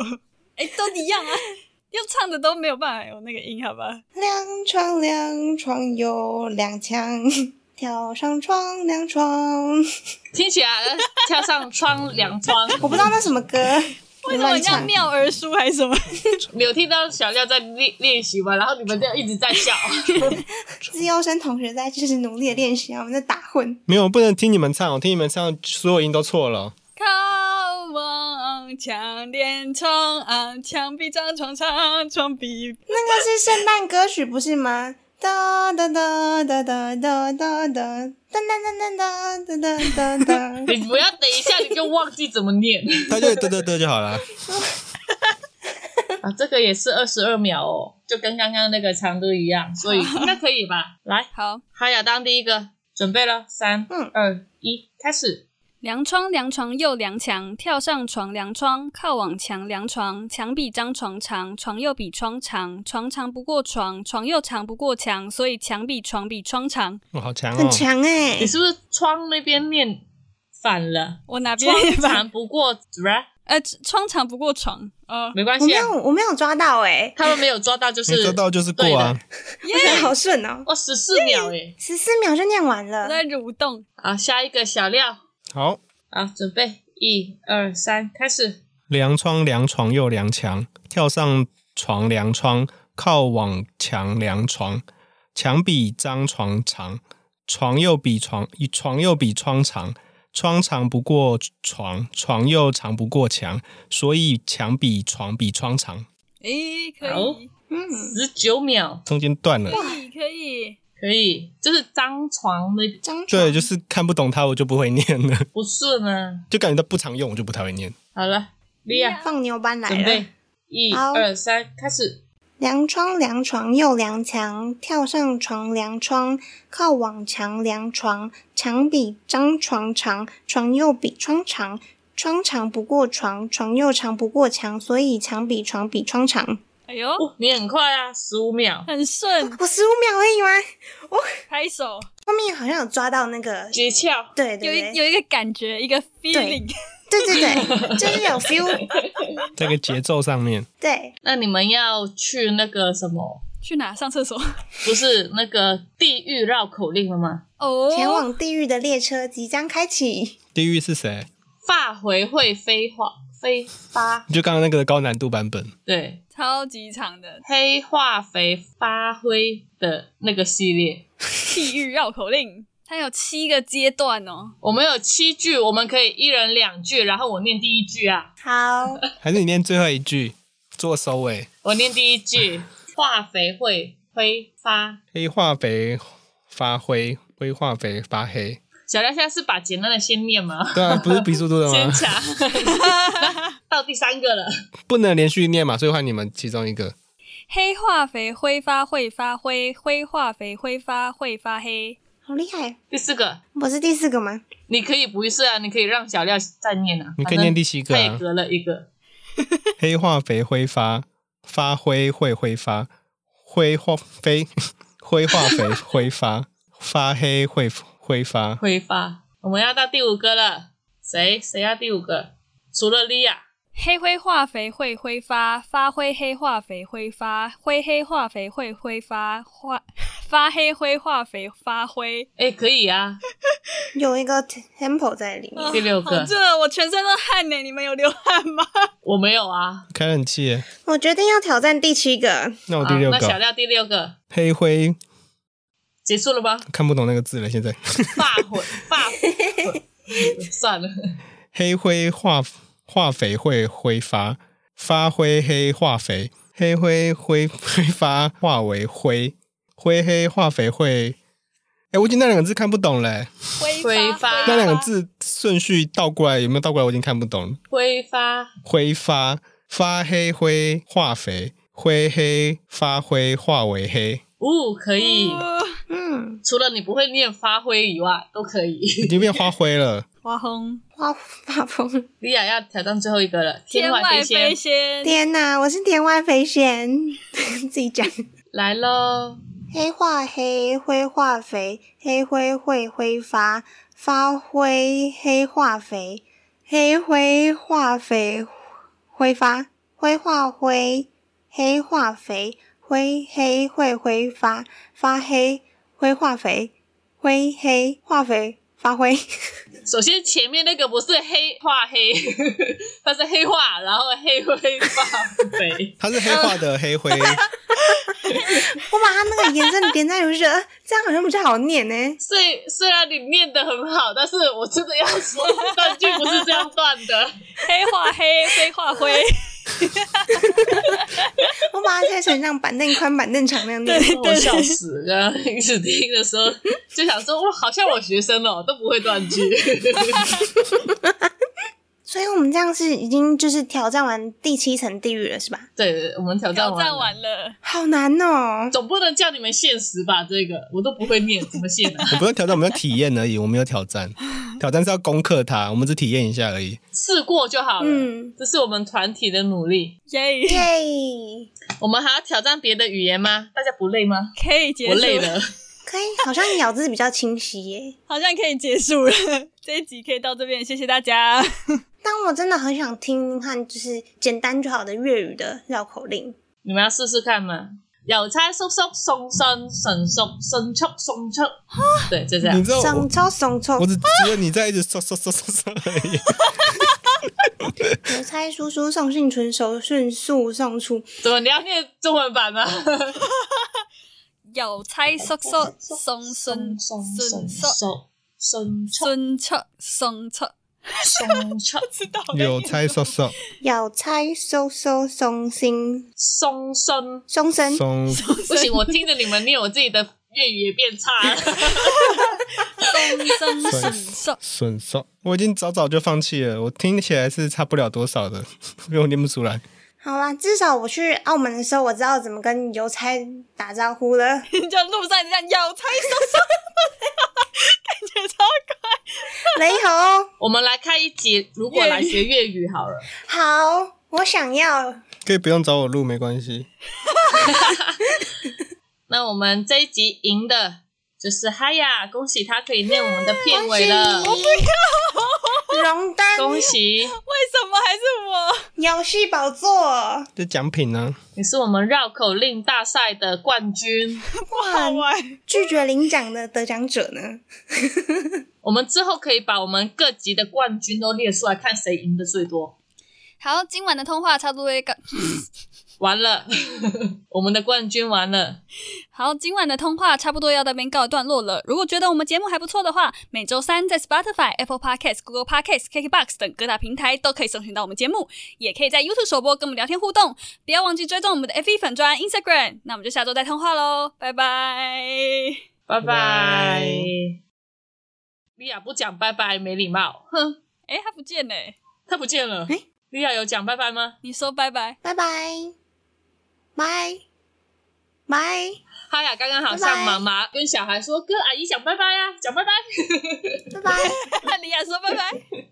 [SPEAKER 3] 哎、都一样啊，要唱的都没有办法有那个音，好吧？
[SPEAKER 2] 两床两床又两墙， 跳上床两床。
[SPEAKER 4] 听起来跳上窗两窗，
[SPEAKER 2] 我不知道那什么 歌，
[SPEAKER 3] 为什么
[SPEAKER 2] 乱
[SPEAKER 3] 人家
[SPEAKER 2] 唱。
[SPEAKER 3] 妙儿书还是什么？
[SPEAKER 4] 你有听到小廖在练练习吗？然后你们就一直在笑，
[SPEAKER 2] 自由生同学在就是努力的练习，我们在打混。
[SPEAKER 1] 没有，我不能听你们唱，我哦听你们唱所有音都错了。
[SPEAKER 3] 靠往墙连窗啊，墙壁张床长，床壁
[SPEAKER 2] 那个是圣诞歌曲不是吗？哒哒哒哒哒哒哒哒哒哒哒哒哒哒哒 哒。
[SPEAKER 4] 你不要等一下你就忘记怎么念
[SPEAKER 1] 他就对对对就好了。
[SPEAKER 4] 啊！这个也是二十二秒哦，就跟刚刚那个长度一样，所以应该可以吧？ 来，
[SPEAKER 3] 好。
[SPEAKER 4] 哈亚当第一个，准备了，三、
[SPEAKER 2] 嗯
[SPEAKER 4] 二、一，开始。
[SPEAKER 3] 量窗量床又量墙，跳上床量窗，靠往墙量床，墙比张床长，床又比窗长，床长不过床，床又长不过墙，所以墙比床比窗长。
[SPEAKER 1] 哇，好强哦！
[SPEAKER 2] 很强哎、
[SPEAKER 4] 你是不是窗那边念反了？
[SPEAKER 3] 我哪边
[SPEAKER 4] 窗
[SPEAKER 3] 也把
[SPEAKER 4] 长不过，
[SPEAKER 3] 呃窗长不过床，呃，
[SPEAKER 4] 没关
[SPEAKER 1] 哦
[SPEAKER 2] 我
[SPEAKER 4] 系
[SPEAKER 2] 没
[SPEAKER 4] 啊
[SPEAKER 2] 有，，我没有抓到哎、
[SPEAKER 4] 他们没有抓到，就
[SPEAKER 1] 没
[SPEAKER 4] 是
[SPEAKER 1] 抓到就是过啊。
[SPEAKER 2] 我觉得好顺哦、
[SPEAKER 4] 哇，十四秒耶！
[SPEAKER 2] 十四秒就念完
[SPEAKER 3] 我
[SPEAKER 2] 了。
[SPEAKER 3] 在蠕动。
[SPEAKER 4] 好，下一个小廖，
[SPEAKER 1] 好，
[SPEAKER 4] 好，准备，一二三，开始。
[SPEAKER 1] 量窗量床又量墙，跳上床量窗，靠往墙量床，墙比张床长，床又比床床又比窗长，窗长不过床，床又长不过墙，所以墙比床比窗长。
[SPEAKER 3] 诶、可
[SPEAKER 4] 好
[SPEAKER 3] 以，
[SPEAKER 2] 嗯，
[SPEAKER 4] 十九秒，
[SPEAKER 1] 中间断了，
[SPEAKER 3] 可以，可以。
[SPEAKER 4] 可以，就是张床那
[SPEAKER 2] 张床
[SPEAKER 1] 对，就是看不懂它，我就不会念了，
[SPEAKER 4] 不顺啊。
[SPEAKER 1] 就感觉到不常用，我就不太会念。
[SPEAKER 4] 好了，莉亚，
[SPEAKER 2] 放牛班来
[SPEAKER 4] 准
[SPEAKER 2] 了
[SPEAKER 4] 备。，一
[SPEAKER 2] 好
[SPEAKER 4] 二三，开始。
[SPEAKER 2] 量窗量床又量墙，跳上床量窗，靠往墙量床，墙比张床长，床又比窗长，窗长不过床，床又长不过墙，所以墙比床比窗长。
[SPEAKER 3] 哎呦，
[SPEAKER 4] 哦，你很快啊，十五秒，
[SPEAKER 3] 很顺，
[SPEAKER 2] 啊我十五秒而已吗？
[SPEAKER 3] 拍手，
[SPEAKER 2] 后面好像有抓到那个，
[SPEAKER 4] 诀窍。
[SPEAKER 2] 对
[SPEAKER 3] 有
[SPEAKER 2] 哦对
[SPEAKER 3] 一
[SPEAKER 2] 对，
[SPEAKER 3] 有一个感觉，一个 feeling。
[SPEAKER 2] 对对 对，就是有 feel，
[SPEAKER 1] 这个节奏上面，
[SPEAKER 2] 对，
[SPEAKER 4] 那你们要去那个什么？
[SPEAKER 3] 去哪上厕所？
[SPEAKER 4] 不是那个地狱绕口令了吗？
[SPEAKER 3] 哦，
[SPEAKER 2] 前往地狱的列车即将开启。
[SPEAKER 1] 地狱是谁？
[SPEAKER 4] 发回会飞花飞发，
[SPEAKER 1] 就刚刚那个高难度版本。
[SPEAKER 4] 对，
[SPEAKER 3] 超级长的
[SPEAKER 4] 黑化肥发灰的那个系列。
[SPEAKER 3] 地狱绕口令，它有七个阶段哦。
[SPEAKER 4] 我们有七句，我们可以一人两句，然后我念第一句啊，
[SPEAKER 2] 好，
[SPEAKER 1] 还是你念最后一句做收尾？
[SPEAKER 4] 我念第一句，化肥会挥发。
[SPEAKER 1] 黑化肥发灰，灰化肥发黑。
[SPEAKER 4] 小廖现在是把简单的先念吗？
[SPEAKER 1] 对啊，不是比速度 的
[SPEAKER 4] 先
[SPEAKER 1] 吗？
[SPEAKER 4] 抢，到第三个了，
[SPEAKER 1] 不能连续念嘛，所以换你们其中一个。
[SPEAKER 3] 黑化肥挥发会发灰，灰化肥挥发会发黑。
[SPEAKER 2] 好厉害！
[SPEAKER 4] 第四个，
[SPEAKER 2] 我是第四个吗？
[SPEAKER 4] 你可以不是啊，你可以让小廖再念啊，
[SPEAKER 1] 你可以念第七个
[SPEAKER 4] 反
[SPEAKER 1] 啊
[SPEAKER 4] 正他也隔了一个，
[SPEAKER 1] 黑化肥挥发，发灰会挥发，灰化飞， 灰化肥挥发，发黑会挥发。
[SPEAKER 4] 挥发。我们要到第五个了，谁谁要第五个？除了莉亚，
[SPEAKER 3] 黑灰化肥会挥发，发灰黑化肥挥发，灰黑化肥会挥发，化 发黑灰化肥发灰。
[SPEAKER 4] 哎，可以啊。
[SPEAKER 2] 有一个 tempo 在里
[SPEAKER 3] 哦
[SPEAKER 2] 面。
[SPEAKER 4] 第六个
[SPEAKER 3] 好热，我全身都汗呢，你们有流汗吗？
[SPEAKER 4] 我没有啊，
[SPEAKER 1] 开冷气耶，
[SPEAKER 2] 我决定要挑战第七个，
[SPEAKER 1] 那哦我第六
[SPEAKER 4] 啊、那小
[SPEAKER 1] 个
[SPEAKER 4] 廖第六个
[SPEAKER 1] 黑灰
[SPEAKER 4] 结束了吗？
[SPEAKER 1] 看不懂那个字了，现在
[SPEAKER 4] 发火发火，算了，
[SPEAKER 1] 黑灰化化肥会挥发，发灰黑化肥，黑灰灰挥发化为灰，灰黑化肥会哎、我已经那两个字看不懂嘞、
[SPEAKER 3] 挥
[SPEAKER 4] 挥
[SPEAKER 3] 发
[SPEAKER 4] 发
[SPEAKER 1] 那两个字顺序倒过来有没有倒过来？我已经看不懂了。
[SPEAKER 4] 挥发
[SPEAKER 1] 挥发，发黑灰化肥，灰黑发灰化为黑，
[SPEAKER 4] 哦，可以。
[SPEAKER 3] 呃
[SPEAKER 2] 嗯，
[SPEAKER 4] 除了你不会念发挥以外，都可以。
[SPEAKER 1] 已经变花灰了。。
[SPEAKER 3] 挖轰，
[SPEAKER 2] 哇，发疯！
[SPEAKER 4] 莉亚要挑战最后一个了，
[SPEAKER 3] 天
[SPEAKER 4] 外
[SPEAKER 3] 外
[SPEAKER 4] 仙
[SPEAKER 3] 飞仙，
[SPEAKER 2] 天哪，我是天外飞仙， 自己讲。
[SPEAKER 4] 来喽！
[SPEAKER 2] 黑化黑，灰化肥，黑灰会挥发，发灰黑化肥，黑灰化肥挥发，灰化灰，黑化肥，灰黑会挥发，发黑灰化肥，灰黑化肥发灰。
[SPEAKER 4] 首先前面那个不是黑化黑， 它是黑化，然后黑灰化肥
[SPEAKER 1] 它是黑化的黑灰，
[SPEAKER 2] 我把它那个颜色点在我就觉得这样好像比较好念呢、
[SPEAKER 4] 虽虽然你念的很好，但是我真的要说，断句不是这样断的。
[SPEAKER 3] 黑化 黑，灰化灰，
[SPEAKER 2] 我把它拆成像板凳宽、板凳长那样念。
[SPEAKER 4] 我笑死了，刚刚一直听的时候就想说，哇，好像我学生哦，都不会断句。
[SPEAKER 2] 所以我们这样是已经就是挑战完第七层地狱了，是吧？
[SPEAKER 4] 对，我们挑战
[SPEAKER 3] 挑
[SPEAKER 4] 完了
[SPEAKER 3] 战完了，
[SPEAKER 2] 好难哦！
[SPEAKER 4] 总不能叫你们限时吧？这个我都不会念，怎么限 啊？
[SPEAKER 1] 我不用挑战，我们要体验而已，我没有挑战，挑战是要攻克它，我们只体验一下而已。
[SPEAKER 4] 试过就好了。
[SPEAKER 2] 嗯
[SPEAKER 4] 这是我们团体的努力。
[SPEAKER 3] 耶，
[SPEAKER 2] 耶，
[SPEAKER 4] 我们还要挑战别的语言吗？大家不累吗？
[SPEAKER 3] 可以结束，
[SPEAKER 4] 我累，了，
[SPEAKER 2] 可以，好像咬字比较清晰耶。
[SPEAKER 3] 好像可以结束了， 这一集可以到这边，谢谢大家。
[SPEAKER 2] 但我真的很想听听看，就是简单就好的粤语的绕口令。
[SPEAKER 4] 你们要试试看吗？邮差叔叔送信，神速神速送出，对，就这样
[SPEAKER 1] 你。知道
[SPEAKER 2] 送
[SPEAKER 1] 哦我，
[SPEAKER 2] 抽送抽
[SPEAKER 1] 我，只觉得你在一直刷刷刷刷刷而已。
[SPEAKER 2] 邮差叔叔送信纯熟，迅速送出。
[SPEAKER 4] 怎么你要念中文版 吗？
[SPEAKER 3] 邮差叔叔送信，信速
[SPEAKER 4] 送 出
[SPEAKER 3] 信出送出，
[SPEAKER 4] 送出
[SPEAKER 3] 知道
[SPEAKER 1] 有猜刷刷
[SPEAKER 2] 邮差叔叔送信，
[SPEAKER 4] 送信，
[SPEAKER 2] 送信
[SPEAKER 1] 松
[SPEAKER 4] 不行，我听着你们念，我自己的粤语也变差啊 了。
[SPEAKER 3] 送信信
[SPEAKER 1] 顺
[SPEAKER 3] 速，
[SPEAKER 1] 损松，我已经早早就放弃了，我听起来是差不了多少的， 因为我念不出来。
[SPEAKER 2] 好啦，至少我去澳门的时候，我知道怎么跟邮差打招呼了。
[SPEAKER 3] 就路上这样邮差叔叔，感觉超快，
[SPEAKER 2] 雷猴，
[SPEAKER 4] 我们来开一集，如果来学粤语好了，
[SPEAKER 2] 好，我想要
[SPEAKER 1] 可以不用找我录，没关系。
[SPEAKER 4] 那我们这一集赢的就是哈雅，恭喜他可以念我们的片尾了，
[SPEAKER 2] 荣登
[SPEAKER 4] 恭喜！
[SPEAKER 3] 为什么还是我？
[SPEAKER 2] 游戏宝座。
[SPEAKER 1] 这奖品啊呢、
[SPEAKER 4] 你是我们绕口令大赛的冠军，
[SPEAKER 3] 不好玩，
[SPEAKER 2] 拒绝领奖的得奖者呢？
[SPEAKER 4] 我们之后可以把我们各级的冠军都列出来，看谁赢的最多。
[SPEAKER 3] 好，今晚的通话差不多一个。
[SPEAKER 4] 完了， 我们的冠军完了，
[SPEAKER 3] 好，今晚的通话差不多要到这边告一段落了。如果觉得我们节目还不错的话，每周三在 Spotify、Apple Podcasts、Google Podcasts、KKBox 等各大平台都可以搜寻到我们节目，也可以在 YouTube 首播跟我们聊天互动。不要忘记追踪我们的 FB 粉专 Instagram。那我们就下周再通话喽，拜拜！
[SPEAKER 4] 拜
[SPEAKER 1] 拜
[SPEAKER 4] 拜。莉亚不讲拜拜，没礼貌，哼，
[SPEAKER 3] 哎，他不见嘞、
[SPEAKER 4] 他不见了
[SPEAKER 2] 诶。
[SPEAKER 4] 莉亚有讲拜拜吗？
[SPEAKER 3] 你说拜 拜，
[SPEAKER 2] 拜拜，拜拜，
[SPEAKER 4] 哈雅刚刚
[SPEAKER 2] 拜
[SPEAKER 4] 好
[SPEAKER 2] 拜
[SPEAKER 4] 像妈妈跟小孩说：“跟阿姨讲拜拜啊，讲拜拜。”
[SPEAKER 2] 拜拜。
[SPEAKER 3] 李雅说拜拜。